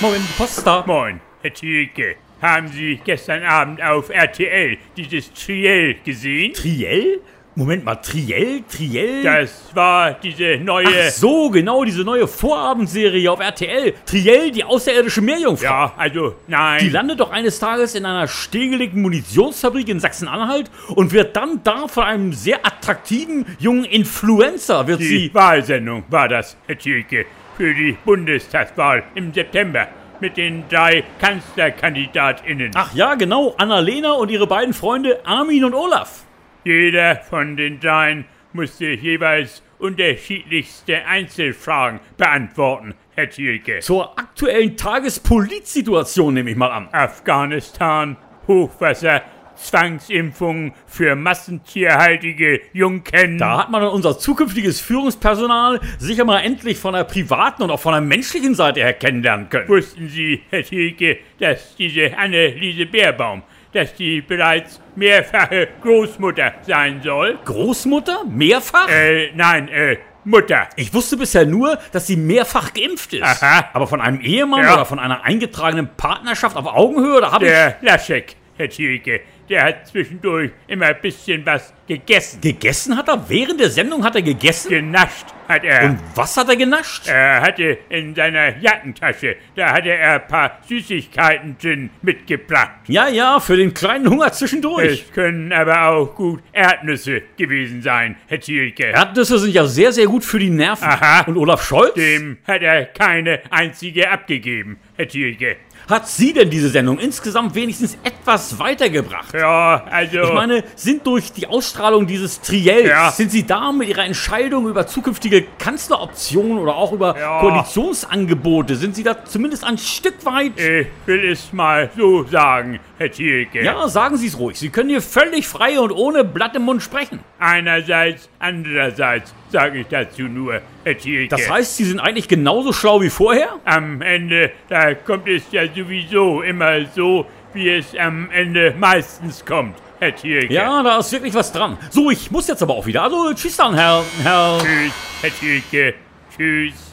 Moin, die Post ist da. Moin, Herr Thielke. Haben Sie gestern Abend auf RTL dieses Triell gesehen? Triell? Moment mal, Triell? Triell? Das war diese neue. Ach so, genau, diese neue Vorabendserie auf RTL. Triell, die außerirdische Meerjungfrau. Ja, also nein. Die landet doch eines Tages in einer stillgelegten Munitionsfabrik in Sachsen-Anhalt und wird dann da von einem sehr attraktiven jungen Influencer, wird sie... Die Wahlsendung war das, Herr Thielke, für die Bundestagswahl im September mit den drei KanzlerkandidatInnen. Ach ja, genau, Annalena und ihre beiden Freunde Armin und Olaf. Jeder von den dreien musste jeweils unterschiedlichste Einzelfragen beantworten, Herr Thielke. Zur aktuellen Tagespolitsituation nehme ich mal an. Afghanistan, Hochwasser, Zwangsimpfungen für massentierhaltige Jungken. Da hat man dann unser zukünftiges Führungspersonal sicher mal endlich von der privaten und auch von der menschlichen Seite her kennenlernen können. Wussten Sie, Herr Thielke, dass diese Anneliese Beerbaum, dass die bereits mehrfache Großmutter sein soll? Großmutter? Mehrfach? Äh, nein, äh, Mutter. Ich wusste bisher nur, dass sie mehrfach geimpft ist. Aha. Aber von einem Ehemann Ja. oder von einer eingetragenen Partnerschaft auf Augenhöhe, da habe ich Der Laschek, Herr Thielke, der hat zwischendurch immer ein bisschen was gegessen. gegessen hat er während der Sendung hat er gegessen Genascht hat er. und was hat er genascht? Er hatte in seiner Jackentasche, da hatte er ein paar Süßigkeiten drin mitgebracht. Ja, ja, für den kleinen Hunger zwischendurch. Es können aber auch gut Erdnüsse gewesen sein, Herr Thielke. Erdnüsse sind ja sehr, sehr gut für die Nerven. Aha. Und Olaf Scholz? Dem hat er keine einzige abgegeben, Herr Thielke. Hat sie denn diese Sendung insgesamt wenigstens etwas weitergebracht? Ja, also. Ich meine, sind durch die Ausstrahlung dieses Triels, Ja. sind Sie da mit Ihrer Entscheidung über zukünftige Kanzleroptionen oder auch über Ja. Koalitionsangebote, sind Sie da zumindest ein Stück weit... ich äh, will es mal so sagen, Herr Thielke. ja, sagen Sie es ruhig. Sie können hier völlig frei und ohne Blatt im Mund sprechen. Einerseits, andererseits sage ich dazu nur, Herr Thielke. Das heißt, Sie sind eigentlich genauso schlau wie vorher? am Ende, da kommt es ja sowieso immer so, wie es am Ende meistens kommt, Herr Thielke. Ja, da ist wirklich was dran. So, ich muss jetzt aber auch wieder. Also, tschüss dann, Herr... Herr... Tschüss, Herr Thielke. Tschüss.